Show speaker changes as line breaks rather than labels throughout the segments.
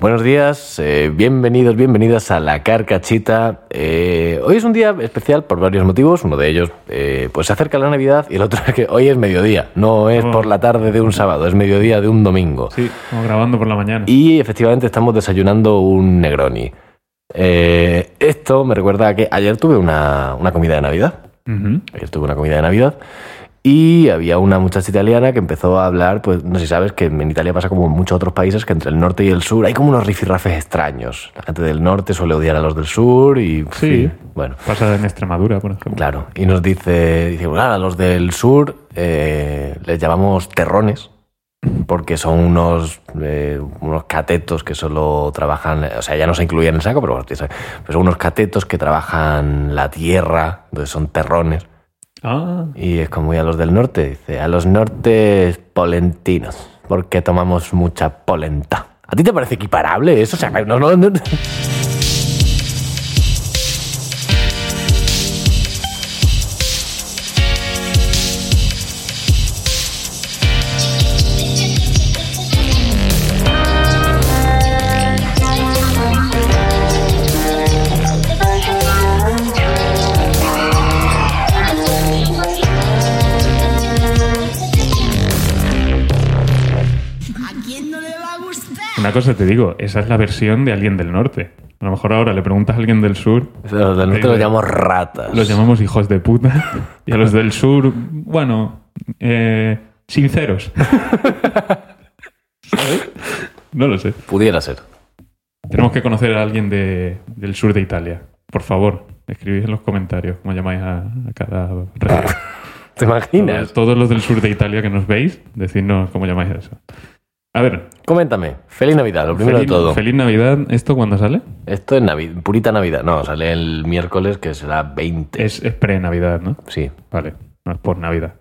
Buenos días, eh, bienvenidos, bienvenidas a La Carcachita. Eh, hoy es un día especial por varios motivos. Uno de ellos, eh, pues se acerca la Navidad y el otro es que hoy es mediodía. No es por la tarde de un sábado, es mediodía de un domingo.
Sí, estamos grabando por la mañana.
Y efectivamente estamos desayunando un Negroni. Eh, esto me recuerda a que ayer tuve una, una comida de Navidad.
Ujú.
Ayer tuve una comida de Navidad y había una muchacha italiana que empezó a hablar, pues no sé si sabes que en Italia pasa como en muchos otros países que entre el norte y el sur hay como unos rifirrafes extraños. La gente del norte suele odiar a los del sur y...
Sí.
sí, bueno.
Pasa en Extremadura, por ejemplo.
Claro, y nos dice, dice "Bueno, a los del sur eh, les llamamos terrones, porque son unos, eh, unos catetos que solo trabajan, o sea, ya no se incluían en el saco, pero, bueno, tiene- pero son unos catetos que trabajan la tierra, entonces son terrones.
Ah,
Y es como, y a los del norte, dice, a los nortes polentinos, porque tomamos mucha polenta. ¿A ti te parece equiparable eso? O sea, no, no, no.
¿A quién no le va a gustar?
una cosa te digo, esa es la versión de alguien del norte. A lo mejor ahora le preguntas a alguien del sur,
A los del norte los llamamos ratas.
los llamamos hijos de puta. Y a los del sur, bueno, eh, sinceros. ¿Sabes? No lo sé.
Pudiera ser.
Tenemos que conocer a alguien de- del sur de Italia. Por favor, escribid en los comentarios cómo llamáis a, a cada región.
¿Te imaginas?
Todos, todos los del sur de Italia que nos veis, decidnos cómo llamáis a eso. A ver,
Coméntame, feliz Navidad, lo primero
feliz,
de todo.
feliz Navidad. ¿Esto cuándo sale?
Esto es Navidad, purita Navidad. No, sale el miércoles que será 20.
Es, es pre-Navidad, ¿no?
Sí.
Vale, no es por Navidad.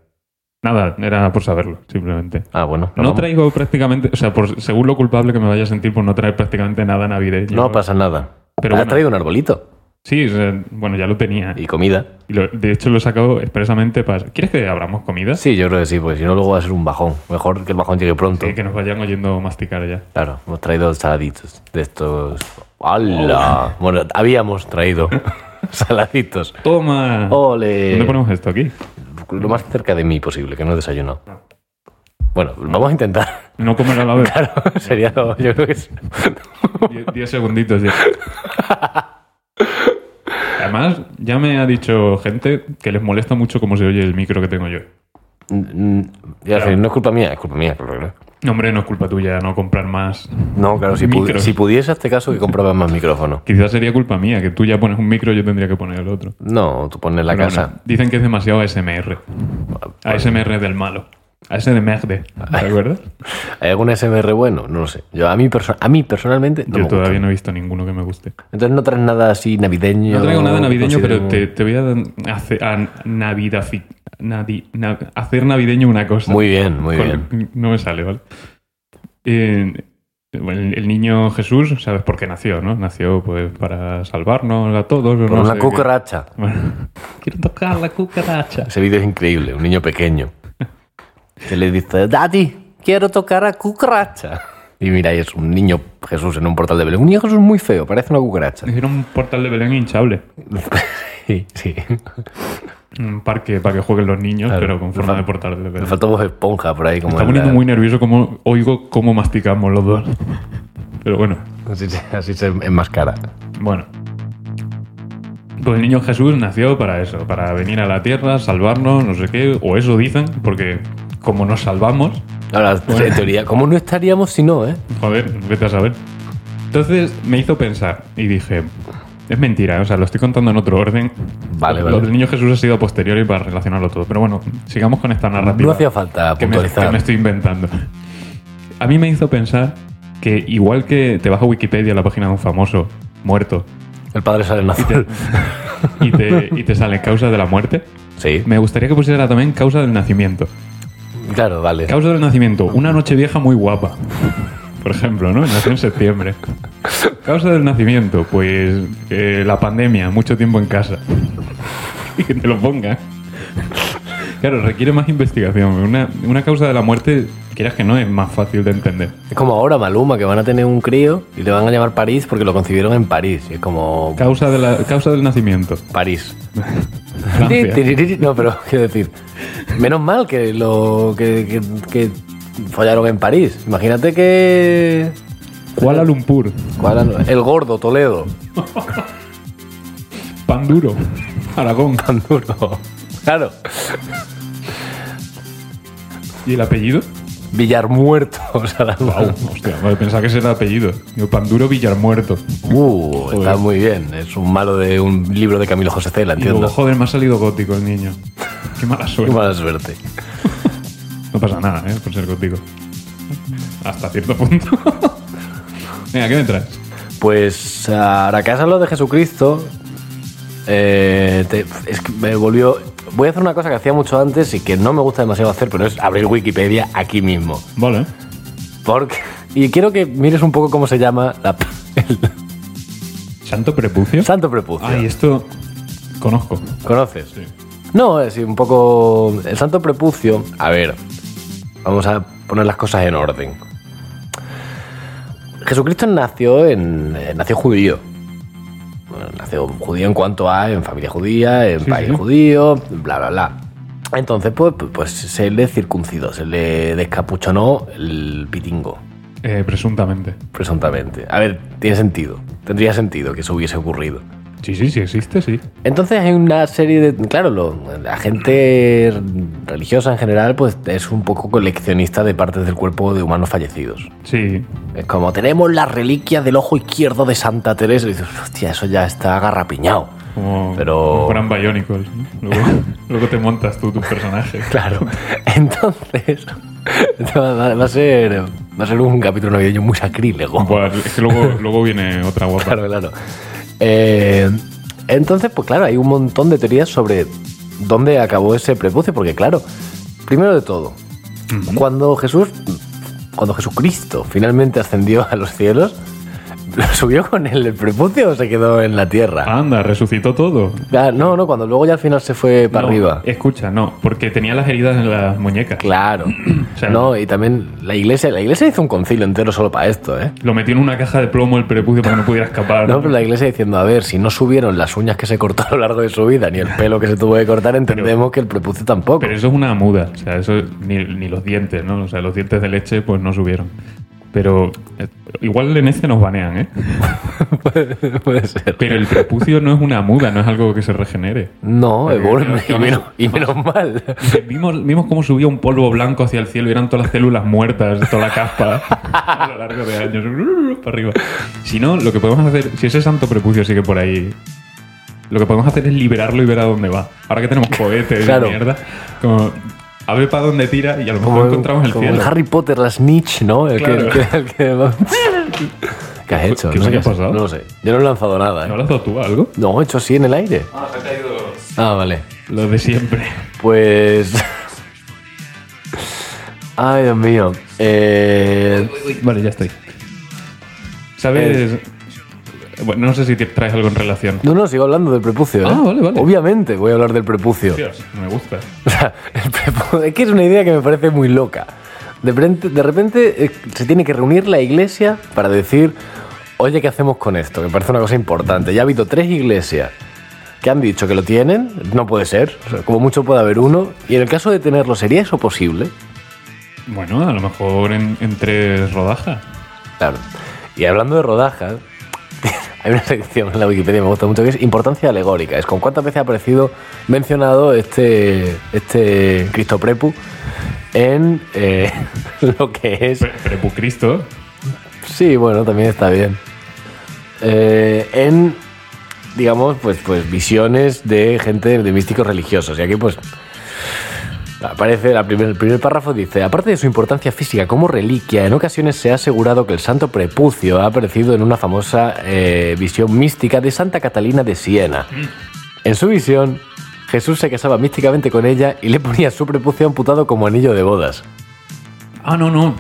Nada, era por saberlo, simplemente.
Ah, bueno.
No
vamos.
traigo prácticamente, o sea, por, según lo culpable que me vaya a sentir por no traer prácticamente nada navideño.
No pasa nada.
Pero
Has
bueno.
traído un arbolito
Sí, o sea, bueno, ya lo tenía.
y comida.
Y lo- de hecho lo he sacado expresamente para... ¿Quieres que abramos comida?
Sí, yo creo que sí, porque si no luego va a ser un bajón. Mejor que el bajón llegue pronto.
Sí, que nos vayan oyendo masticar ya.
Claro, hemos traído saladitos de estos. ¡Hala! Bueno, habíamos traído saladitos.
¡Toma!
Oh, ¡Ole!
¿Dónde ponemos esto? ¿Aquí?
Lo más cerca de mí posible, que no he desayunado. Bueno, vamos a intentar.
No comer a la vez.
Claro, sería lo- Yo creo que es-
Die- Diez segunditos. diez. Además, ya me ha dicho gente que les molesta mucho cómo se oye el micro que tengo yo.
Mm, mm, ya sé, no es culpa mía, es culpa mía. claro, claro.
No, hombre, no es culpa tuya no comprar más.
No, claro, si, pudi-
Micros.
si pudiese este caso que comprabas más micrófono.
Quizás sería culpa mía, que tú ya pones un micro y yo tendría que poner el otro.
No, tú pones la
Pero
casa. Pues-
bueno, dicen que es demasiado ASMR. ASMR del malo. ASMR. ¿Te acuerdas?
¿Hay algún SMR bueno? No lo sé. Yo a mí, perso- a mí personalmente no
yo
me gusta.
todavía no he visto ninguno que me guste.
Entonces no traes nada así navideño.
No traigo nada navideño, pero
considero-
te, te voy a hacer a navidafi- nadi- na- hacer navideño una cosa.
Muy bien, muy
Con-
bien.
No me sale, ¿vale? Eh, bueno, el, el niño Jesús, ¿sabes por qué nació, no? Nació pues para salvarnos a todos. o
Por
no
una
sé qué.
cucaracha.
Bueno, quiero tocar la cucaracha.
Ese vídeo es increíble, un niño pequeño. Que le dice, Daddy, quiero tocar a cucaracha. Y mira, y es un niño Jesús en un portal de Belén. Un niño Jesús muy feo, parece una cucaracha.
Era un portal de Belén hinchable.
sí, sí.
Un parque para que jueguen los niños,
Claro.
pero con forma
Fa-
de portal de
Me
Belén.
faltó voz esponja por ahí. Como
Está
en
poniendo
la-
muy nervioso como oigo cómo masticamos los dos. Pero bueno,
Así, se- así se enmascara.
bueno. Pues el niño Jesús nació para eso, para venir a la tierra, salvarnos, no sé qué, o eso dicen, porque como nos salvamos,
Ahora, en teoría, ¿cómo no estaríamos si no, eh?
Joder, vete a saber. Entonces me hizo pensar y dije, es mentira, o sea, lo estoy contando en otro orden.
Vale,
Lo
vale.
del niño Jesús ha sido a posteriori para relacionarlo todo. Pero bueno, sigamos con esta narrativa.
No hacía falta
que me,
puntualizar.
que me estoy inventando. A mí me hizo pensar que igual que te vas a Wikipedia, la página de un famoso muerto,
El padre sale en azul.
y te, y te sale causa de la muerte,
Sí,
me gustaría que pusiera también causa del nacimiento.
claro, vale.
Causa del nacimiento, una noche vieja muy guapa. Por ejemplo, ¿no? Nació en septiembre. Causa del nacimiento, pues eh, la pandemia, mucho tiempo en casa. Y que te lo ponga. Claro, requiere más investigación. Una, una causa de la muerte, quieras que no, es más fácil de entender.
Es como ahora Maluma, que van a tener un crío y le van a llamar París porque lo concibieron en París. Y es como
Causa, de la, causa del nacimiento.
París.
Francia.
No, pero quiero decir, menos mal que lo que, que- que follaron en París. Imagínate que
Kuala Lumpur.
Kuala- el gordo Toledo,
Pan duro. Aragón.
tan duro. Claro,
¿Y el apellido?
Villar muerto. o sea, la-
Wow, hostia, vale, pensaba que ese era el apellido. Digo, Panduro Villarmuerto.
Uh, está
Joder.
muy bien. Es un malo de un libro de Camilo José Cela,
Y digo,
entiendo.
joder, me ha salido gótico el niño. Qué mala
Qué
suerte.
mala suerte.
No pasa nada, ¿eh? Por ser gótico. Hasta cierto punto. Venga, ¿qué me traes?
Pues ahora que has hablado de Jesucristo, eh, te- es que me volvió. Voy a hacer una cosa que hacía mucho antes y que no me gusta demasiado hacer, pero es abrir Wikipedia aquí mismo.
Vale.
Porque, y quiero que mires un poco cómo se llama la- el
¿Santo prepucio?
santo prepucio.
Ay, esto conozco.
¿Conoces?
Sí.
No, es un poco. El santo prepucio. A ver, vamos a poner las cosas en orden. Jesucristo nació en. eh, nació judío. Bueno, nació judío en cuanto a en familia judía, en
Sí,
país
sí.
judío, bla, bla, bla. Entonces, pues, pues, pues se le circuncidó, se le descapuchonó el pitingo,
Eh, presuntamente.
presuntamente. A ver, tiene sentido. Tendría sentido que eso hubiese ocurrido.
Sí, sí, sí existe, sí.
Entonces hay una serie de... Claro, lo- la gente religiosa en general pues es un poco coleccionista de partes del cuerpo de humanos fallecidos.
Sí.
Es como tenemos las reliquias del ojo izquierdo de Santa Teresa. Y dices, hostia, eso ya está agarrapiñado.
Como,
Pero-
como fueran Bionicles. ¿no? Luego, luego te montas tú tu personaje.
Claro. Entonces va, va- va a ser, va a ser un capítulo navideño muy sacrílego.
Buah, Pues, es que luego, luego viene otra guapa.
Claro, claro. Eh, entonces, pues claro, hay un montón de teorías sobre dónde acabó ese prepucio, porque claro, primero de todo, cuando Jesús, cuando Jesucristo finalmente ascendió a los cielos, ¿lo subió con el prepucio o se quedó en la tierra?
Anda, resucitó todo.
Ah, no, no, cuando luego ya al final se fue para
No, Eh.
arriba.
Escucha, no, porque tenía las heridas en las muñecas.
Claro.
O sea,
no, y también la iglesia, la iglesia hizo un concilio entero solo para esto, ¿eh?
Lo metió en una caja de plomo el prepucio para que no pudiera escapar.
No, pero la iglesia diciendo, a ver, si no subieron las uñas que se cortó a lo largo de su vida, ni el pelo que se tuvo que cortar, entendemos que el prepucio tampoco.
Pero eso es una muda. O sea, eso ni, ni los dientes, ¿no? O sea, los dientes de leche pues no subieron. Pero eh, igual en este nos banean, ¿eh?
Puede ser.
Pero el prepucio no es una muda, no es algo que se regenere.
No,
Pero-
evoluciona, y
pero-
menos, y menos mal.
Vimos, vimos cómo subía un polvo blanco hacia el cielo y eran todas las células muertas, toda la caspa a lo largo de años. Para arriba. Si no, lo que podemos hacer, si ese santo prepucio sigue por ahí, lo que podemos hacer es liberarlo y ver a dónde va. Ahora que tenemos cohetes
Claro.
y mierda, como a ver para dónde tira y a lo mejor
Como,
encontramos el
como
cielo.
Harry Potter, las niche, ¿no? El que,
Claro.
el que- el que va- ¿Qué has hecho?
¿Qué
no,
os
sé
haya
has-
pasado?
no lo sé. Yo no he lanzado nada. ¿eh?
¿No lo has dado tú algo?
No, he hecho así en el aire.
Ah, se ha caído.
Ah, vale.
Lo de siempre.
Pues. Ay, Dios mío. Eh,
Vale, ya estoy. ¿Sabes? Bueno, no sé si te traes algo en relación.
No, no, sigo hablando del prepucio. ¿eh?
Ah, vale, vale.
Obviamente voy a hablar del prepucio.
Dios, me gusta.
O sea, el prepu- es que es una idea que me parece muy loca. De repente, de repente eh, se tiene que reunir la iglesia para decir, oye, ¿qué hacemos con esto? Que parece una cosa importante. Ya ha habido tres iglesias que han dicho que lo tienen, no puede ser, o sea, como mucho puede haber uno, y en el caso de tenerlo, ¿sería eso posible?
Bueno, a lo mejor en, en tres rodajas.
Claro. Y hablando de rodajas, hay una sección en la Wikipedia que me gusta mucho que es importancia alegórica. Es con cuántas veces ha aparecido mencionado este, este Cristo Prepu en eh, lo que es.
Pre- Prepucristo.
Sí, bueno, también está bien. Eh, en, digamos, pues, pues visiones de gente de místicos religiosos. Y aquí, pues. Aparece la primer- el primer párrafo dice, aparte de su importancia física como reliquia, en ocasiones se ha asegurado que el santo prepucio ha aparecido en una famosa eh, visión mística de Santa Catalina de Siena. En su visión, Jesús se casaba místicamente con ella y le ponía su prepucio amputado como anillo de bodas.
Ah, no, no.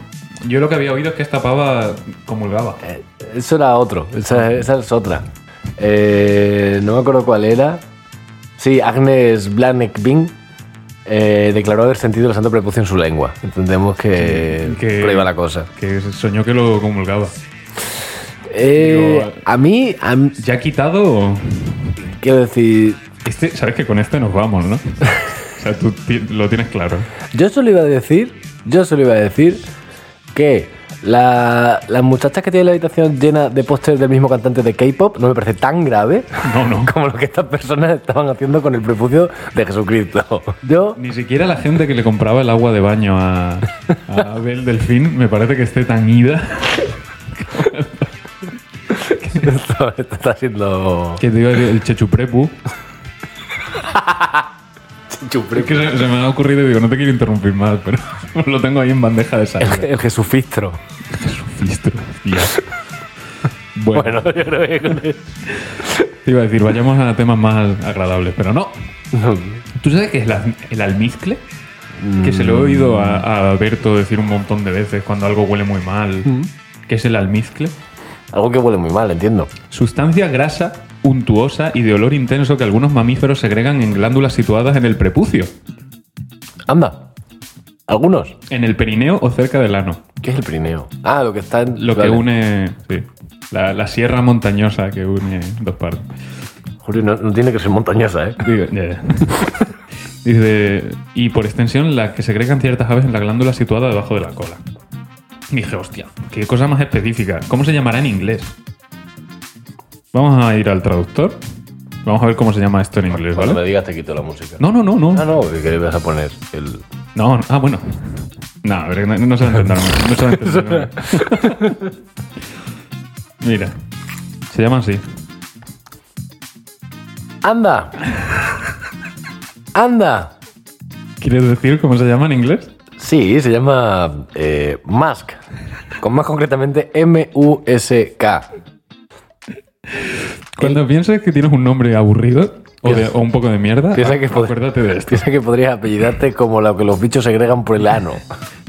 Yo lo que había oído es que esta pava comulgaba.
Eh, Eso era otro, esa, esa es otra. Eh, no me acuerdo cuál era. Sí, Agnes Blanekbing eh, declaró haber sentido el santo prepucio en su lengua. Entendemos que,
Que-
por ahí va la cosa.
Que soñó que lo comulgaba.
Eh,
Digo,
a mí, a mí-
¿Ya ha quitado?
quiero decir,
Este, Sabes que con este nos vamos, ¿no? o sea, tú ti- lo tienes claro.
Yo solo iba a decir, yo solo iba a decir que la- las muchachas que tienen la habitación llena de pósters del mismo cantante de K-pop no me parece tan grave
No, no.
como lo que estas personas estaban haciendo con el prepucio de Jesucristo. Yo,
Ni siquiera la gente que le compraba el agua de baño a, a Abel Delfín me parece que esté tan ida
esto, esto está siendo
que te iba a decir el chechuprepu. Es que se, se me ha ocurrido y digo, no te quiero interrumpir más, pero lo tengo ahí en bandeja de salida.
el Jesucistro.
Fistro, hostia. Bueno,
Bueno, yo creo que con eso-
te iba a decir, vayamos a temas más agradables, pero no.
No.
¿Tú sabes qué es la- el almizcle? Que se lo he oído a, a Berto decir un montón de veces cuando algo huele muy mal. ¿Qué es el almizcle?
Algo que huele muy mal, entiendo.
Sustancia grasa, untuosa y de olor intenso que algunos mamíferos segregan en glándulas situadas en el prepucio,
Anda, algunos.
en el perineo o cerca del ano.
¿Qué es el prineo? Ah, lo que está en...
Lo que
vale.
une. Sí. La, la sierra montañosa que une dos partes.
Julio, no, no tiene que ser montañosa, ¿eh?
Digo, ya, ya. Dice. Y por extensión, la que segregan ciertas aves en la glándula situada debajo de la cola. Y dije, hostia, qué cosa más específica. ¿Cómo se llamará en inglés? Vamos a ir al traductor. Vamos a ver cómo se llama esto en inglés,
Cuando me
¿vale?
digas te quito la música.
No, no, no, no.
Ah, no, que le vas a poner el...
No, no, ah, bueno. No, a ver, no, no se va a entender. No, no se va a entender. Mira, se llama así.
¡Anda! ¡Anda!
¿Quieres decir cómo se llama en inglés?
Sí, se llama eh, Musk. Con más concretamente M-U-S-K.
Cuando pienses que tienes un nombre aburrido o, de- o un poco de mierda, ah,
Piensa que pod-
acuérdate de esto.
Piensa que podrías apellidarte como lo que los bichos segregan por el ano.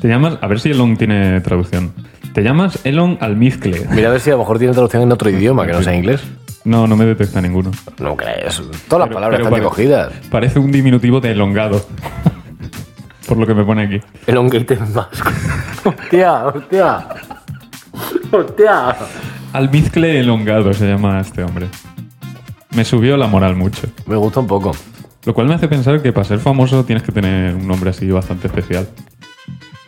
Te llamas, a ver si Elon tiene traducción. Te llamas Elon Almizcle.
Mira a ver si a lo mejor tiene traducción en otro idioma que no sea inglés.
No, no me detecta ninguno.
No crees. Todas las
Pero-
palabras
pero
están
pare-
recogidas.
Parece un diminutivo de elongado. Por lo que me pone aquí.
Elongated Musk. hostia, hostia. Hostia.
Almizcle elongado se llama este hombre. Me subió la moral mucho.
Me gusta un poco.
Lo cual me hace pensar que para ser famoso tienes que tener un nombre así bastante especial.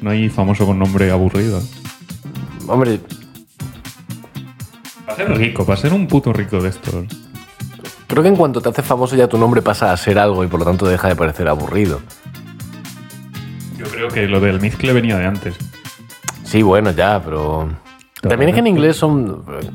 No hay famoso con nombre aburrido.
Hombre,
Para ser rico, para ser un puto rico de estos.
Creo que en cuanto te haces famoso ya tu nombre pasa a ser algo y por lo tanto deja de parecer aburrido.
Yo creo que lo del mezcle venía de antes.
Sí, bueno, ya, pero... También es que en inglés son... eh,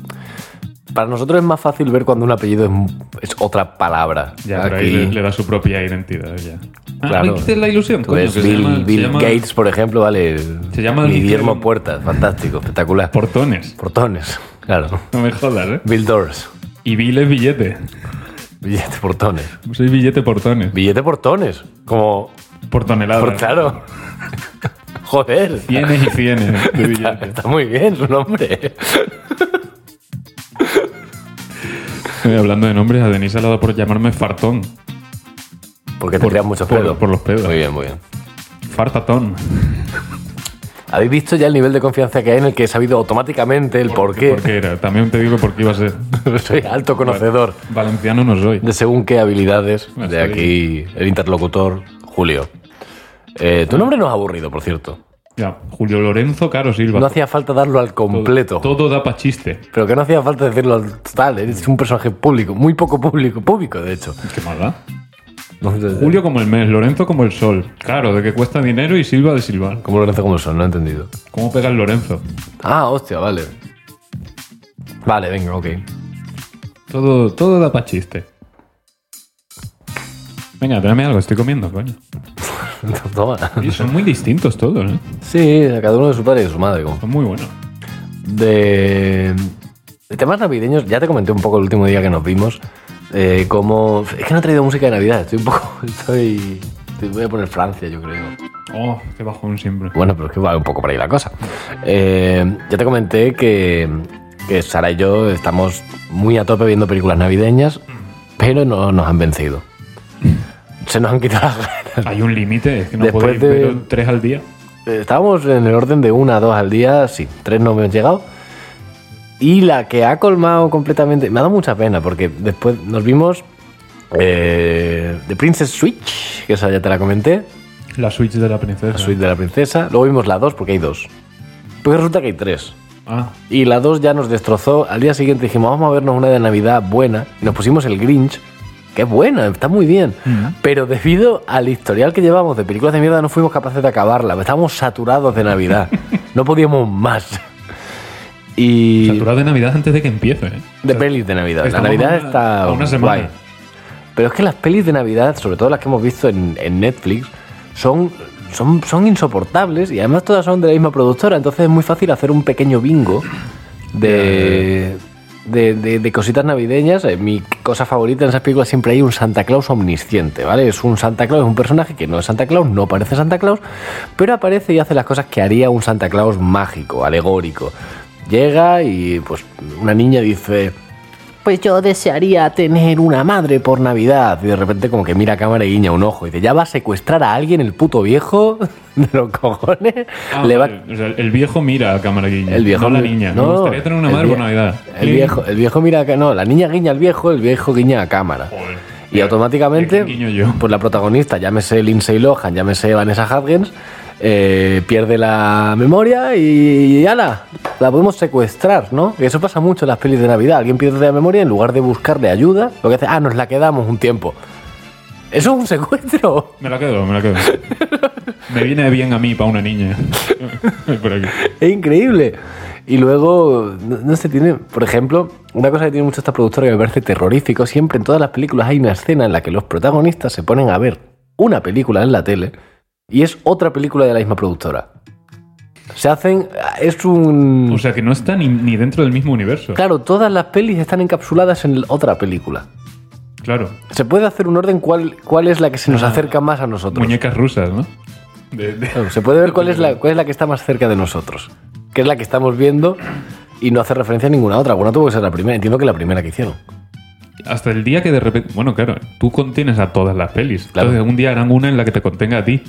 Para nosotros es más fácil ver cuando un apellido es, es otra palabra.
Ya, pero ahí
Aquí,
le, le da su propia identidad. Ya. Ah,
Claro.
¿me quites la ilusión?
tú
coño,
ves
que se
Bill,
llama- se
Bill
llama
Gates, por ejemplo, vale.
Se llama
Guillermo
Miguel-
Puertas, fantástico, espectacular.
Portones.
Portones, claro.
No me jodas, ¿eh?
Bill Doors,
Y Bill es billete.
billete portones.
Soy billete portones.
Billete portones, como...
Por tonelada.
Por, claro. Joder.
Cienes y cienes de
Está,
billetes.
está muy bien su nombre.
Eh, Hablando de nombres, a Denise le ha dado por llamarme Fartón.
Porque te
Por-
tiras muchos
por-
pedos.
por los pedos.
Muy bien, muy bien.
Fartatón.
¿Habéis visto ya el nivel de confianza que hay en el que he sabido automáticamente el por qué?
Porque era. También te digo por qué iba a ser.
Soy alto conocedor
Valenciano no soy.
de según qué habilidades.
Me
De
estoy-
aquí el interlocutor, Julio. Eh, tu nombre no es aburrido, por cierto.
Ya, Julio Lorenzo Caro Silva.
No hacía falta darlo al completo.
Todo, da pa' chiste.
Pero que no hacía falta decirlo al total. Eres un personaje público, muy poco público, público, de hecho.
Qué maldad. Julio como el mes, Lorenzo como el sol. Claro, de que cuesta dinero y Silva de Silva.
¿Cómo lo hace como son? No he entendido.
¿Cómo pega el Lorenzo?
Ah, hostia, vale. Vale, venga, ok.
Todo, todo da pa' chiste. Venga, tráeme algo, estoy comiendo, coño.
Toma.
Oye, son muy distintos todos, ¿eh?
Sí, a cada uno de su padre y de su madre, como
Son muy buenos.
De, de temas navideños, ya te comenté un poco el último día que nos vimos. eh, como. Es que no he traído música de Navidad, estoy un poco. Estoy. estoy- voy a poner Francia, yo creo.
Oh, qué bajón siempre.
Bueno, pero es que va un poco por ahí la cosa. Eh, ya te comenté que, que Sara y yo estamos muy a tope viendo películas navideñas, pero no nos han vencido. Se nos han quitado las ganas.
Hay un límite, es que no
Después
podéis
de-
ver tres al día.
Eh, Estábamos en el orden de una a dos al día, sí, tres no me han llegado. Y la que ha colmado completamente, me ha dado mucha pena porque después nos vimos eh, The Princess Switch, que esa ya te la comenté,
La Switch de la princesa.
la Switch de la princesa. Luego vimos la 2 porque hay dos. Pues resulta que hay tres.
Ah,
Y la 2 ya nos destrozó. Al día siguiente dijimos, vamos a vernos una de Navidad buena. Y nos pusimos el Grinch, que es buena, está muy bien.
Ujú.
Pero debido al historial que llevamos de películas de mierda, no fuimos capaces de acabarla. Estábamos saturados de Navidad. no podíamos más. Y
saturado de Navidad antes de que empiece. ¿eh?
de pelis de Navidad.
Estamos
la Navidad
a una-
está
a una semana.
guay. Pero es que las pelis de Navidad, sobre todo las que hemos visto en, en Netflix, son, son, son insoportables y además todas son de la misma productora, entonces es muy fácil hacer un pequeño bingo de, de, de- de cositas navideñas. Eh, Mi cosa favorita en esas películas siempre hay un Santa Claus omnisciente, ¿vale? Es un Santa Claus, es un personaje que no es Santa Claus, no parece Santa Claus, pero aparece y hace las cosas que haría un Santa Claus mágico, alegórico. Llega y pues una niña dice... Pues yo desearía tener una madre por Navidad. Y de repente como que mira a cámara y guiña un ojo. Y dice, ya va a secuestrar a alguien el puto viejo de los cojones.
Ah,
Le va-
vale. O sea, el viejo mira a cámara guiña.
El viejo
No la niña.
no,
Me gustaría tener una
el
madre por
vie-
Navidad.
El viejo, el viejo mira que no, la niña guiña al viejo, el viejo guiña a cámara.
Joder.
Y automáticamente,
¿De quién guiño yo?
pues la protagonista, llámese Lindsay Lohan, llámese Vanessa Hudgens, eh, pierde la memoria y, y ala, la podemos secuestrar, ¿no? Y eso pasa mucho en las pelis de Navidad. Alguien pierde la memoria y en lugar de buscarle ayuda, lo que hace, ah, nos la quedamos un tiempo. Eso es un secuestro.
Me la quedo, me la quedo. me viene bien a mí para una niña. Por aquí.
Es increíble. Y luego, no, no sé, tiene, por ejemplo, una cosa que tiene mucho esta productora que me parece terrorífico, siempre en todas las películas hay una escena en la que los protagonistas se ponen a ver una película en la tele y es otra película de la misma productora. Se hacen, es un...
O sea que no está ni, ni dentro del mismo universo.
claro, todas las pelis están encapsuladas en otra película.
Claro.
Se puede hacer un orden cuál, cuál es la que se nos acerca más a nosotros.
Muñecas rusas, ¿no? De- de-
Claro, Se puede ver cuál es, la, cuál es la que está más cerca de nosotros. Que es la que estamos viendo y no hace referencia a ninguna otra. Bueno, tuvo que ser la primera. Entiendo que la primera que hicieron.
Hasta el día que de repente. Bueno, claro, tú contienes a todas las pelis.
Claro.
Entonces, un día harán una en la que te contenga a ti.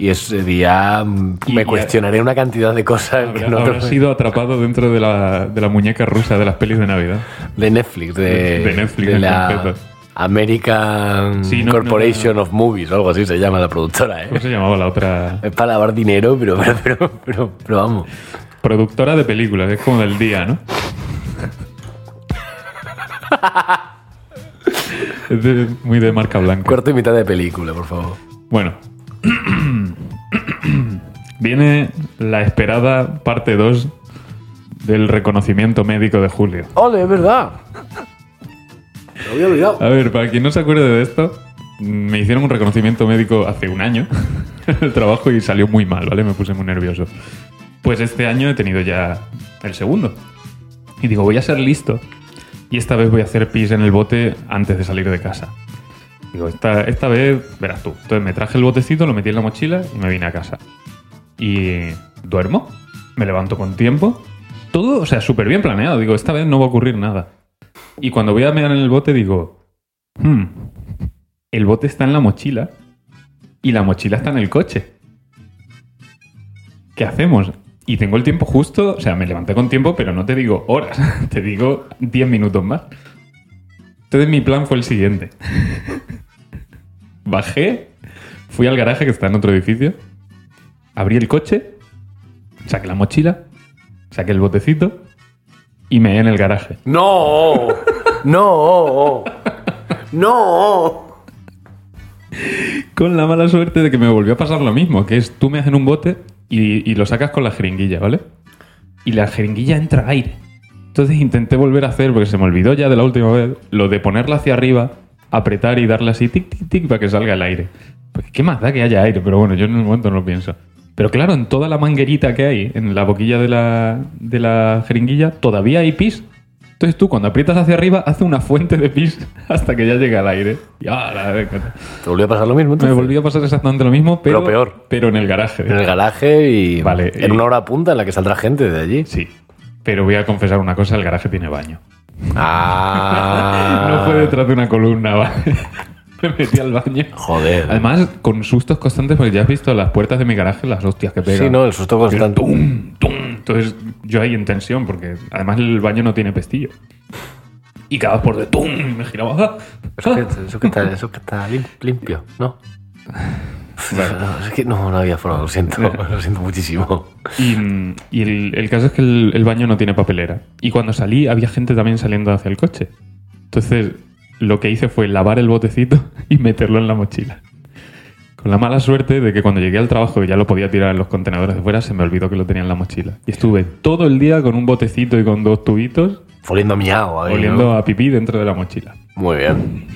Y ese día mm,
Y
me
ya-
cuestionaré una cantidad de cosas que
Habrá-
no
habrás sido atrapado dentro de la, de la muñeca rusa de las pelis de Navidad.
De Netflix. De,
De Netflix,
de
en
la
concreto.
American
Sí, no-
Corporation
no-
of Movies o algo así se llama la productora. ¿eh?
¿Cómo se llamaba la otra?
Es para lavar dinero, pero, pero, pero, pero, pero vamos.
Productora de películas, es como del día, ¿no? es de- muy de marca blanca.
Cuarto y mitad de película, por favor.
Bueno. Viene la esperada parte 2 del reconocimiento médico de Julio.
¡Ole, es verdad! Lo había olvidado.
A ver, para quien no se acuerde de esto, me hicieron un reconocimiento médico hace un año en el trabajo y salió muy mal, ¿vale? Me puse muy nervioso. Pues este año he tenido ya el segundo. Y digo, voy a ser listo. Y esta vez voy a hacer pis en el bote antes de salir de casa. Digo, esta, esta vez, verás tú. Entonces me traje el botecito, lo metí en la mochila y me vine a casa. Y duermo, me levanto con tiempo. Todo, o sea, súper bien planeado. Digo, esta vez no va a ocurrir nada. Y cuando voy a mear en el bote digo, "Hmm, el bote está en la mochila y la mochila está en el coche. ¿Qué hacemos? Y tengo el tiempo justo, o sea, me levanté con tiempo, pero no te digo horas, te digo 10 minutos más. Entonces mi plan fue el siguiente. Bajé, fui al garaje que está en otro edificio, abrí el coche, saqué la mochila, saqué el botecito y me en el garaje.
No, no, no.
Con la mala suerte de que me volvió a pasar lo mismo, que es tú me en un bote y, y lo sacas con la jeringuilla, ¿vale? Y la jeringuilla entra aire. Entonces intenté volver a hacer, porque se me olvidó ya de la última vez, lo de ponerla hacia arriba, apretar y darle así tic, tic, tic para que salga el aire. Porque qué más da que haya aire, pero bueno, yo en el momento no lo pienso. Pero claro, en toda la manguerita que hay, en la boquilla de la, de la jeringuilla, todavía hay pis. Entonces tú cuando aprietas hacia arriba, hace una fuente de pis hasta que ya llega al aire. Y ahora, venga.
Te volvió a pasar lo mismo.
Me
entonces?
volvió a pasar exactamente lo mismo, pero,
Pero peor. Eh.
Pero en el garaje.
En el garaje y.
Vale,
En
y-
una hora punta en la que saldrá gente de allí.
Sí. Pero voy a confesar una cosa, el garaje tiene baño.
Ah.
No fue detrás de una columna, ¿vale? Me metí al baño.
Joder.
Además, con sustos constantes, porque ya has visto las puertas de mi garaje, las hostias que pegan.
sí, no, el susto
Pero
constante.
tum, tum. Entonces yo ahí en tensión, porque además el baño no tiene pestillo. Y cada vez por de tum, me giraba. ah,
Eso
ah.
que, eso que está, eso que está lim- limpio, ¿no? No, es que no, no había forma, lo siento, lo siento muchísimo.
Y, mm, y el, el caso es que el, el baño no tiene papelera. Y cuando salí había gente también saliendo hacia el coche. Entonces lo que hice fue lavar el botecito y meterlo en la mochila. Con la mala suerte de que cuando llegué al trabajo, que ya lo podía tirar en los contenedores de fuera, se me olvidó que lo tenía en la mochila. Y estuve todo el día con un botecito y con dos tubitos,
Oliendo a miau, ahí, ¿no?
oliendo a pipí dentro de la mochila.
Muy bien.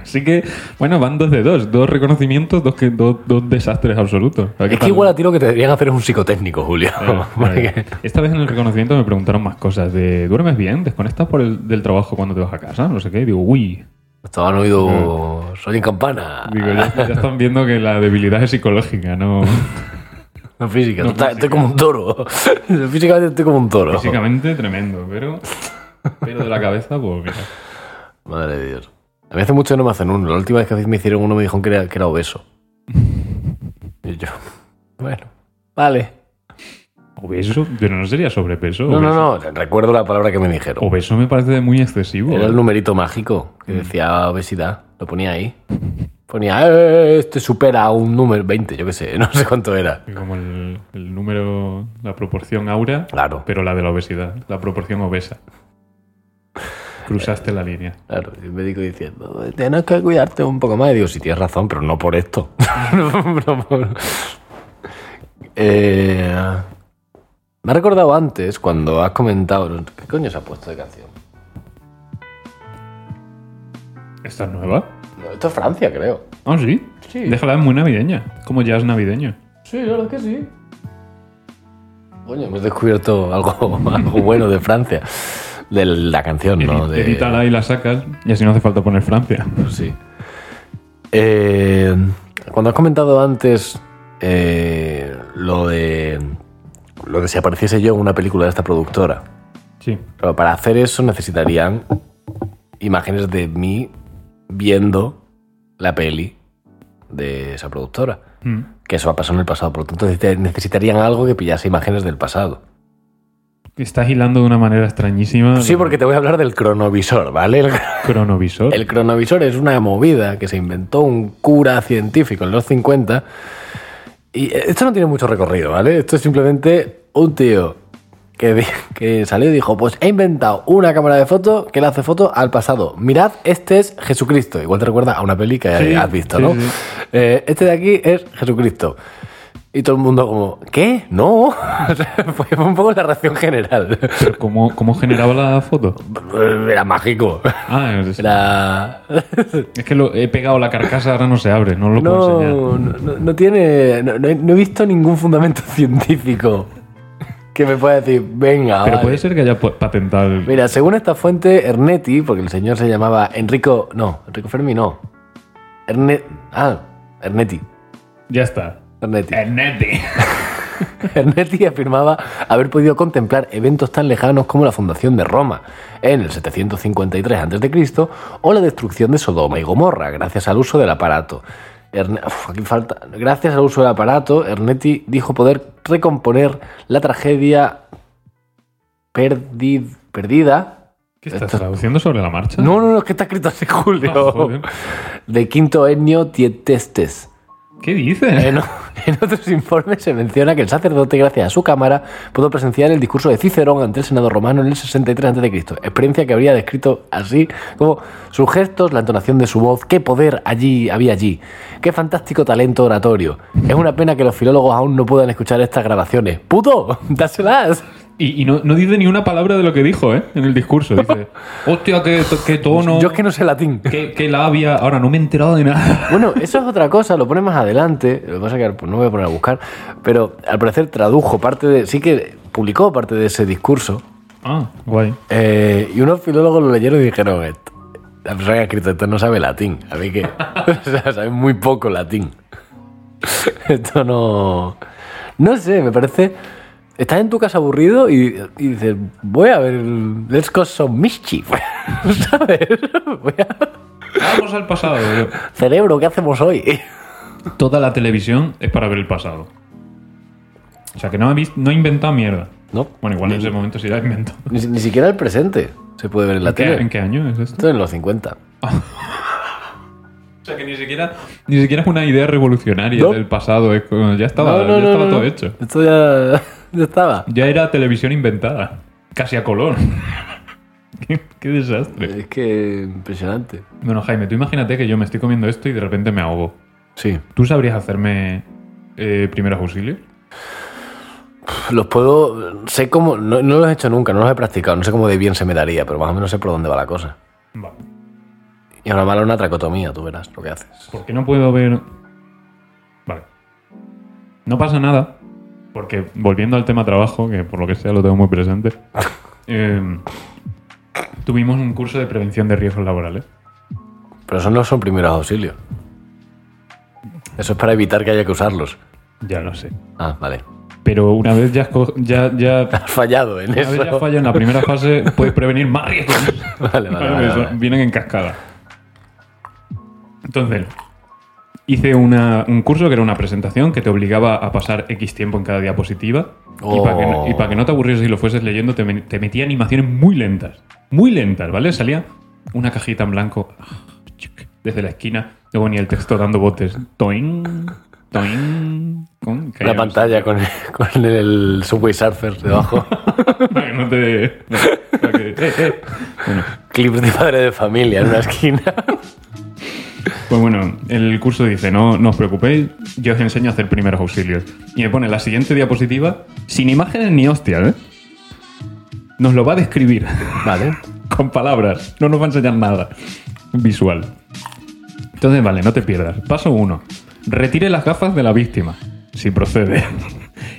Así que, bueno, van dos de dos. Dos reconocimientos, dos, que, dos, dos desastres absolutos. A ver
Es
qué
que
tal. Eh,
igual a ti lo que te deberían hacer es un psicotécnico, Julio.
Claro,
Porque-
claro. Esta vez en el reconocimiento me preguntaron más cosas. De, ¿Duermes bien? ¿Desconectas por el, del trabajo cuando te vas a casa? No sé qué. Y Digo, uy.
Estaban oído Soy en campana.
Mm. Digo, ya, ya están viendo que la debilidad es psicológica, no
No física, tú estás- estoy como un toro. Físicamente estoy como un toro.
físicamente tremendo, pero, pero de la cabeza, pues mira.
Madre de Dios. A mí hace mucho que no me hacen uno. La última vez que me hicieron uno me dijeron que era, que era obeso. Y yo, bueno, vale.
Obeso, pero no sería sobrepeso.
No,
obeso.
no, no. Recuerdo la palabra que me dijeron.
Obeso me parece muy excesivo.
Era el numerito mágico que decía obesidad. Lo ponía ahí. Ponía, "Eh, este supera un número 20, yo qué sé, no sé cuánto era.
Como el, el número, la proporción aura,
Claro,
pero la de la obesidad, la proporción obesa. Cruzaste la línea.
claro. Y el médico diciendo, tienes que cuidarte un poco más. Y digo, sí, tienes razón, pero no por esto. No por- Eh, me ha recordado antes cuando has comentado. ¿Qué coño se ha puesto de canción?
¿Esta es nueva?
No, esto es Francia, creo.
Ah, sí.
Sí.
Déjala es muy navideña, como jazz navideño.
Sí, la verdad que sí. Coño, hemos descubierto algo, algo bueno de Francia. De la canción, ¿no?
Edi-
De-
Edítala y la sacas, y así no hace falta poner Francia.
Pues Sí. Eh, cuando has comentado antes eh, lo de lo de si apareciese yo en una película de esta productora,
Sí.
Claro, para hacer eso necesitarían imágenes de mí viendo la peli de esa productora,
Mm.
que eso ha pasado en el pasado, por lo tanto necesita- necesitarían algo que pillase imágenes del pasado.
Estás hilando de una manera extrañísima.
Sí, porque te voy a hablar del cronovisor, ¿vale? El-
Cronovisor.
El cronovisor es una movida que se inventó un cura científico en los 50. Y eh, esto no tiene mucho recorrido, ¿vale? Esto es simplemente un tío que, di- que salió y dijo, pues he inventado una cámara de fotos que le hace foto al pasado. Mirad, este es Jesucristo. Igual te recuerda a una peli que
Sí,
has visto,
sí,
¿no?
sí.
Eh, este de aquí es Jesucristo. Y todo el mundo como, ¿qué? No. O sea, Fue un poco la reacción general.
Pero ¿Cómo, cómo generaba la foto?
Era mágico.
Ah, es,
Era...
es que lo, he pegado la carcasa, ahora no se abre, no lo puedo enseñar.
No, no, no- no tiene. No, no he- no he visto ningún fundamento científico que me pueda decir, venga.
Pero
vale".
puede ser que haya pu- patentado el-
Mira, según esta fuente, Ernetti, porque el señor se llamaba Enrico. No, Enrico Fermi no. Erne, ah, Ernetti.
Ya está.
Ernetti.
Ernete.
Ernetti afirmaba haber podido contemplar eventos tan lejanos como la fundación de Roma en el 753 a.C. o la destrucción de Sodoma y Gomorra gracias al uso del aparato. Erne- Uf, aquí falta. Gracias al uso del aparato, Ernetti dijo poder recomponer la tragedia perdid- perdida
¿Qué estás traduciendo sobre la marcha?
no, no, no, es que está escrito así,
Ah, joder.
Julio. De quinto etnio Tietestes.
¿Qué dices?
En, o- en otros informes se menciona que el sacerdote, gracias a su cámara, pudo presenciar el discurso de Cicerón ante el Senado romano en el 63 a.C., experiencia que habría descrito así como sus gestos, la entonación de su voz, qué poder allí había allí, qué fantástico talento oratorio. Es una pena que los filólogos aún no puedan escuchar estas grabaciones. ¡Puto! ¡Dáselas!
Y, y no, no dice ni una palabra de lo que dijo, ¿eh? En el discurso. Dice, hostia, qué, to- qué tono,
Yo es que no sé latín.
qué, qué labia. Ahora no me he enterado de nada.
Bueno, eso es otra cosa, lo pone más adelante. Lo que pasa es que pues, no me voy a poner a buscar. Pero al parecer tradujo parte de. Sí que publicó parte de ese discurso.
Ah, guay.
Eh, y unos filólogos lo leyeron y dijeron, "Et- la persona que ha escrito esto no sabe latín, a mí que o sea, sabe muy poco latín. esto no... No sé, me parece... Estás en tu casa aburrido y, y dices, voy a ver, el- let's cause some mischief, ¿sabes? Voy a,
Vamos al pasado. yo.
Cerebro, ¿qué hacemos hoy?
Toda la televisión es para ver el pasado. O sea que no ha, vis- no ha inventado mierda.
No.
Bueno, igual en
ni,
ese momento sí la ha inventado.
ni, ni siquiera el presente se puede ver en la
¿En qué-
tele.
¿En qué año es esto?
Esto es en los 50.
O sea que ni siquiera, ni siquiera es una idea revolucionaria
No.
del pasado. es como- ya estaba,
No, no,
Ah, ya
no,
estaba
no,
todo
no.
hecho.
Esto ya, ya estaba.
Ya era televisión inventada. Casi a color. qué, qué desastre.
Es que impresionante.
Bueno, Jaime, tú imagínate que yo me estoy comiendo esto y de repente me ahogo.
Sí.
¿Tú sabrías hacerme eh, primeros auxilios?
Los puedo. Sé cómo. No, no los he hecho nunca, no los he practicado. No sé cómo de bien se me daría, pero más o menos sé por dónde va la cosa.
Vale.
Y ahora mala una tracotomía, tú verás lo que haces.
¿Por qué no puedo ver...? Vale. No pasa nada, porque volviendo al tema trabajo, que por lo que sea lo tengo muy presente, eh, tuvimos un curso de prevención de riesgos laborales.
Pero esos no son primeros auxilios. Eso es para evitar que haya que usarlos.
Ya lo sé.
Ah, vale.
Pero una vez ya, esco- ya, ya
Has fallado en
Una vez ya
eso.
falla en la primera fase, puedes prevenir más riesgos.
Vale, vale,
Claro,
vale,
eso,
vale.
Vienen en cascada. Entonces, hice una- un curso que era una presentación que te obligaba a pasar X tiempo en cada diapositiva. Y para que, no- y pa' que no te aburrieses y lo fueses leyendo, te, me- te metía animaciones muy lentas. Muy lentas, ¿vale? Salía una cajita en blanco desde la esquina. Luego venía el texto dando botes. Toing, toing. con-
Una pantalla con, con el Subway Surfer debajo.
Para que no te... para que- eh, eh. Bueno,
Clips de padre de familia en una esquina.
Pues bueno, el curso dice, no, no os preocupéis, yo os enseño a hacer primeros auxilios. Y me pone la siguiente diapositiva, sin imágenes ni hostias, ¿eh? Nos lo va a describir,
Vale.
con palabras, no nos va a enseñar nada visual. Entonces, vale, no te pierdas. Paso 1. Retire las gafas de la víctima, si procede.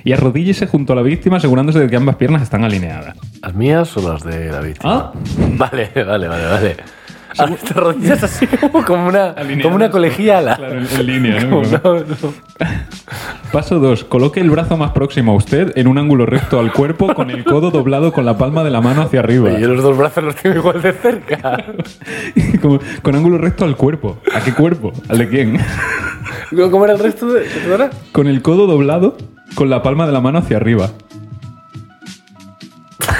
Y arrodíllese junto a la víctima asegurándose de que ambas piernas están alineadas.
¿Las mías o las de la víctima?
Ah.
Vale, vale, vale, vale. Ahora te rodillas así como, como una, como una colegiala.
Claro, en, en línea, ¿no?
Como- no, no.
Paso 2. Coloque el brazo más próximo a usted en un ángulo recto al cuerpo con el codo doblado con la palma de la mano hacia arriba.
Oye, yo los dos brazos los tengo igual de cerca.
Como- con ángulo recto al cuerpo. ¿A qué cuerpo? ¿Al de quién?
¿Cómo era el resto de perdona?
Con el codo doblado con la palma de la mano hacia arriba.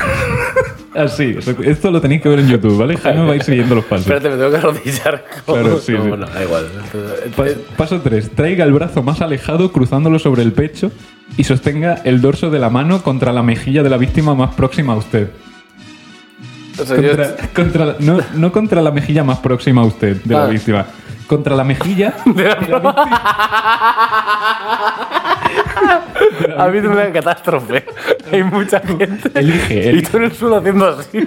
Así. Esto lo tenéis que ver en YouTube, ¿vale? Ya me vais siguiendo los pasos.
Espérate, me tengo que arrodillar.
Claro, sí,
No,
sí.
bueno, da igual.
Pa- Paso 3. Traiga el brazo más alejado cruzándolo sobre el pecho y sostenga el dorso de la mano contra la mejilla de la víctima más próxima a usted.
O sea, yo-
Contra, contra la- no, no contra la mejilla más próxima a usted de la
Ah.
víctima. Contra la mejilla de la víctima.
ha habido una catástrofe. Hay mucha gente.
Elige,
Y
elige.
tú en el suelo haciendo así.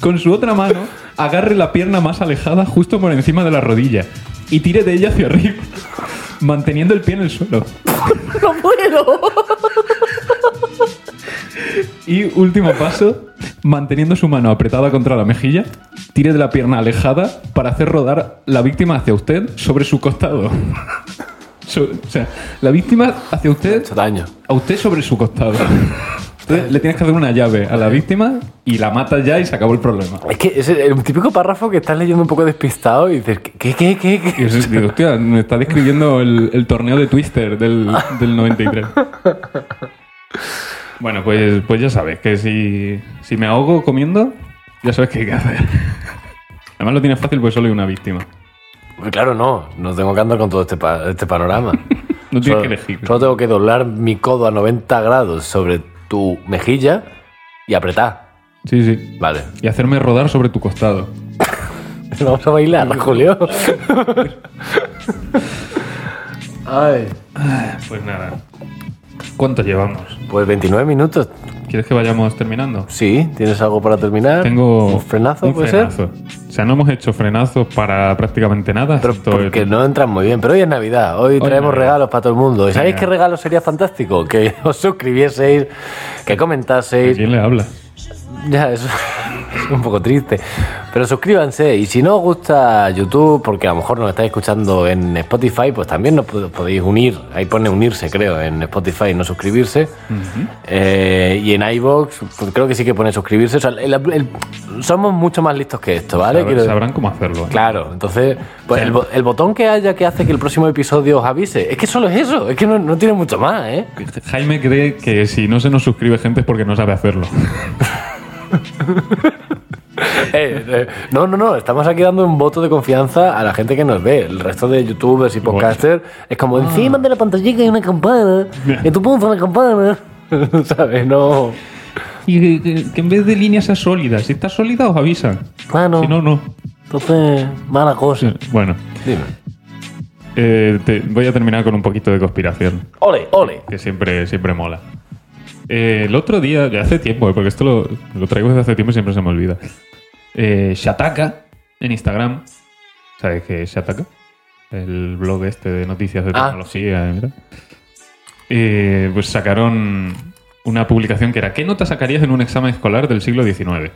Con su otra mano, agarre la pierna más alejada justo por encima de la rodilla y tire de ella hacia arriba, manteniendo el pie en el suelo.
¡No puedo!
Y último paso, manteniendo su mano apretada contra la mejilla, tire de la pierna alejada para hacer rodar la víctima hacia usted sobre su costado. So- o sea, la víctima hacia usted
Mucho daño.
a usted sobre su costado. Entonces, le tienes que hacer una llave a la víctima y la matas ya y se acabó el problema.
Es que es el típico párrafo que estás leyendo un poco despistado y dices, ¿qué, qué, qué? qué?
Y es- digo, hostia, me está describiendo el, el torneo de Twister del, del 93. Bueno, pues, pues ya sabes que si, si me ahogo comiendo, ya sabes qué hay que hacer. Además lo tienes fácil porque solo hay una víctima.
Pues Claro, no. No tengo que andar con todo este, pa- este panorama.
No tienes
solo,
que elegir.
solo tengo que doblar mi codo a 90 grados sobre tu mejilla y apretar.
Sí, sí.
Vale.
Y hacerme rodar sobre tu costado.
Vamos a bailar, Julio. Ay.
Pues nada. ¿Cuánto llevamos?
Pues 29 minutos.
¿Quieres que vayamos terminando?
Sí, ¿tienes algo para terminar?
Tengo
¿Un frenazo,
un
puede ser?
frenazo. O sea, no hemos hecho frenazos para prácticamente nada.
Pero
excepto el-
porque no entran muy bien. Pero hoy es Navidad, hoy, traemos
Navidad.
regalos para todo el mundo. ¿Y sabéis
Venga.
qué regalo sería fantástico? Que os suscribieseis, que
¿A
comentaseis.
quién le habla?
Ya, eso es un poco triste. Pero suscríbanse y si no os gusta YouTube, porque a lo mejor nos estáis escuchando en Spotify, pues también nos pod- podéis unir. Ahí pone unirse, creo, en Spotify, no suscribirse. Eh, y en iVoox, pues, creo que sí que pone suscribirse. O sea, el- el- somos mucho más listos que esto, ¿vale?
Sab-
Quiero-
Sabrán cómo hacerlo. ¿eh?
Claro, entonces, pues el, bo- el botón que haya que hace que el próximo episodio os avise, es que solo es eso, es que no, no tiene mucho más, ¿eh?
Jaime cree que si no se nos suscribe gente es porque no sabe hacerlo.
Eh, eh, No, no, no, estamos aquí dando un voto de confianza a la gente que nos ve. El resto de youtubers y podcasters es
Ah.
como encima de la pantallita hay una campana, y tú pones la campana, ¿sabes? No,
Y que, que- que en vez de línea sea sólida. Si está sólida, os avisan.
claro,
Si no, no.
entonces, mala cosa.
Bueno,
Dime.
eh, te- voy a terminar con un poquito de conspiración,
Ole, ole.
que siempre, siempre mola. Eh, el otro día, de hace tiempo, eh, porque esto lo, lo traigo desde hace tiempo y siempre se me olvida. Eh, Shataka, en Instagram. ¿Sabes qué es Shataka? El blog este de noticias de
Ah,
tecnología. ¿verdad? Eh, pues sacaron una publicación que era ¿Qué nota sacarías en un examen escolar del siglo XIX?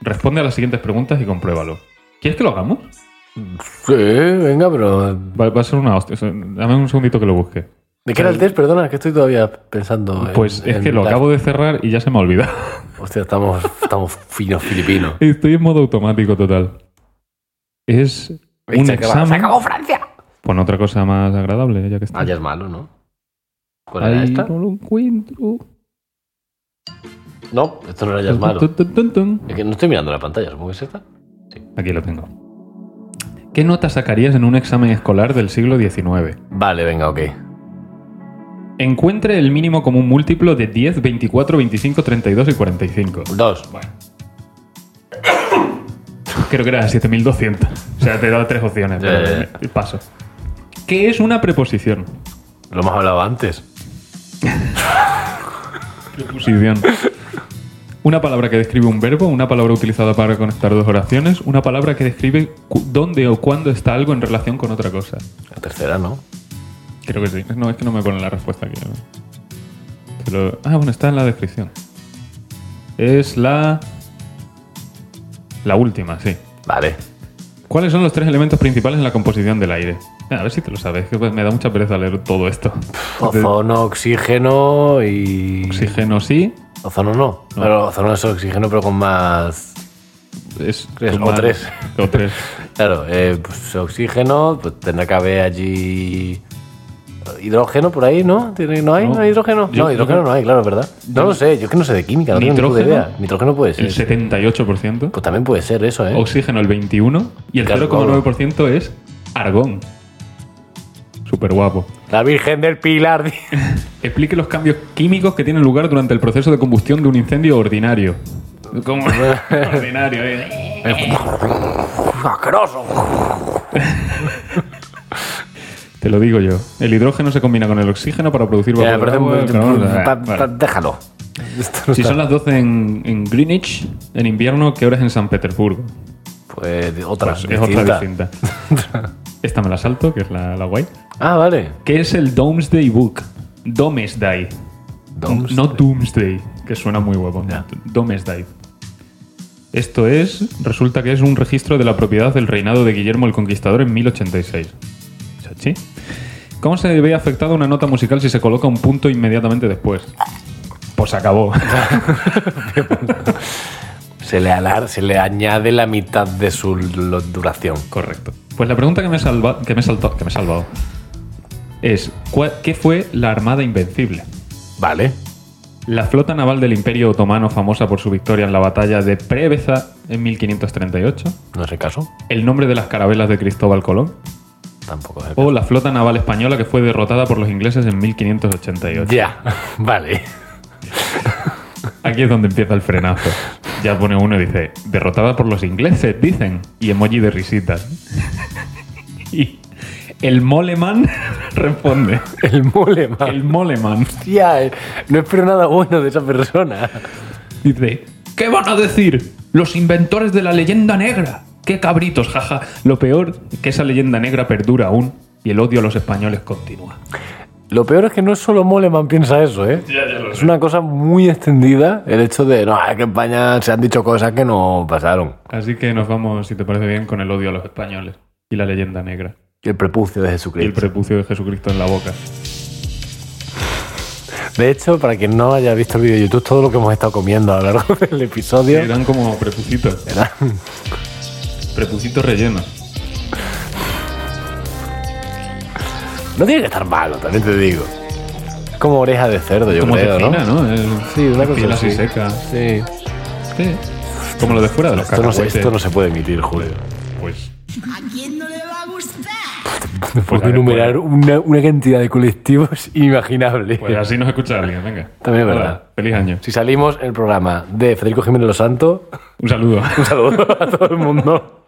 Responde a las siguientes preguntas y compruébalo. ¿Quieres que lo hagamos?
Sí, venga, pero...
Va, va a ser una hostia. o sea, Dame un segundito que lo busque.
¿De qué era el test? Perdona, que estoy todavía pensando. en-
Pues es
en
que lo
la-
acabo de cerrar y ya se me ha olvidado.
Hostia, estamos, estamos finos filipinos.
Estoy en modo automático total. Es un
Se acaba- ¡Se
examen.
acabó Francia!
Pon otra cosa más agradable, ya que está.
Ah, ya es malo, ¿no? ¿Cuál era
Ahí
esta?
no lo encuentro.
No, esto no era ya es malo.
Tun, tun, tun, tun.
Es que no estoy mirando la pantalla, supongo que es esta.
Aquí lo tengo. ¿Qué nota sacarías en un examen escolar del siglo XIX?
Vale, venga, ok.
Encuentre el mínimo común múltiplo de 10, 24, 25, 32 y 45.
Dos.
Bueno. Creo que era 7200. O sea, te he dado tres opciones.
Ya,
pero
ya,
me- Paso. ¿Qué es una preposición?
Lo hemos hablado antes.
Preposición. Una palabra que describe un verbo, una palabra utilizada para conectar dos oraciones, una palabra que describe cu- dónde o cuándo está algo en relación con otra cosa.
La tercera, ¿no?
Creo que sí. No, es que no me ponen la respuesta aquí. Pero- ah, bueno, está en la descripción. Es la... La última, sí.
Vale.
¿Cuáles son los tres elementos principales en la composición del aire? A ver si te lo sabes, que me da mucha pereza leer todo esto.
Ozono, oxígeno y.
Oxígeno sí,
Ozono no. Pero ozono es oxígeno, pero con más.
es
Tres,
como-
o tres.
O tres.
Claro, eh, pues oxígeno, pues tendrá que haber allí. Hidrógeno por ahí, ¿no? ¿Tiene- ¿No hay?
No.
¿No, hay hidrógeno?
Yo-
no, hidrógeno
yo-
no hay, claro, ¿verdad? No lo sé, yo es que no sé de química, no tengo ni puta
¿Nitrógeno?
idea. Nitrógeno puede ser.
El 78%,
Pues también puede ser eso, ¿eh?
oxígeno el 21% y el
Qué
0,9% es argón. Súper guapo.
La Virgen del Pilar.
Explique los cambios químicos que tienen lugar durante el proceso de combustión de un incendio ordinario. ¿Cómo? ordinario, eh.
¡Asqueroso!
Te lo digo yo. El hidrógeno se combina con el oxígeno para producir
Ya,
vapor
me parece
de agua,
un-
calor, eh,
pa-
vale.
pa- Déjalo. Esto no
Si
está-
son las 12 en, en Greenwich, en invierno, ¿qué hora es en San Petersburgo?
Pues de- otra,
Pues es
distinta.
otra distinta. Esta me la salto, que es la, la guay.
Ah, vale.
¿Qué es el Domesday Book? Domesday.
Doms.
No Doomsday, que suena muy guapo.
Ya.
Domesday. Esto es, resulta que es un registro de la propiedad del reinado de Guillermo el Conquistador en 1086. ¿Chachi? ¿Cómo se ve afectada una nota musical si se coloca un punto inmediatamente después? Pues acabó.
Se le, alar- se le añade la mitad de su lo- duración.
Correcto. Pues la pregunta que me, salva, que me, saltó, que me he salvado es: ¿cuál- ¿qué fue la Armada Invencible?
Vale.
La flota naval del Imperio Otomano, famosa por su victoria en la batalla de Preveza en 1538,
No es el caso.
el nombre de las carabelas de Cristóbal Colón,
Tampoco es el
o la flota naval española que fue derrotada por los ingleses en
caso.
1588.
Ya. Vale.
Aquí es donde empieza el frenazo. Ya pone uno y dice: derrotada por los ingleses, dicen, y emoji de risitas. Y el moleman responde.
El mulema.
El Moleman
Hostia, eh, no espero nada bueno de esa persona.
dice: ¿Qué van a decir los inventores de la leyenda negra? ¡Qué cabritos, jaja! Lo peor, que esa leyenda negra perdura aún y el odio a los españoles continúa.
Lo peor es que no es solo Moleman piensa eso, ¿eh?
Ya, ya lo
Es
sé.
una cosa muy extendida el hecho de, no, es que en España se han dicho cosas que no pasaron.
Así que nos vamos, si te parece bien, con el odio a los españoles y la leyenda negra.
El prepucio de
Y el
Jesucristo.
prepucio de Jesucristo en la boca.
De hecho, para quien no haya visto el vídeo de YouTube, todo lo que hemos estado comiendo a lo largo del episodio
Eran como prepucitos.
era-
Prepucitos rellenos.
no tiene que estar malo, también te digo. Es como oreja de cerdo, yo
como
creo,
tefina,
¿no?
¿no? El-
Sí, una cosa
piel así
así.
seca.
Sí.
Sí. Como lo de fuera de los
Esto no, se,
cacahuetes.
esto no se puede emitir, Julio.
Pues
¿A quién no le va a gustar?
Puedo
a ver,
enumerar una, una cantidad de colectivos inimaginables.
Pues así nos escucha alguien, venga.
También es
Hola,
verdad.
Feliz año.
Si salimos el programa de Federico Jiménez Los Santos,
Un saludo.
un saludo a todo el mundo.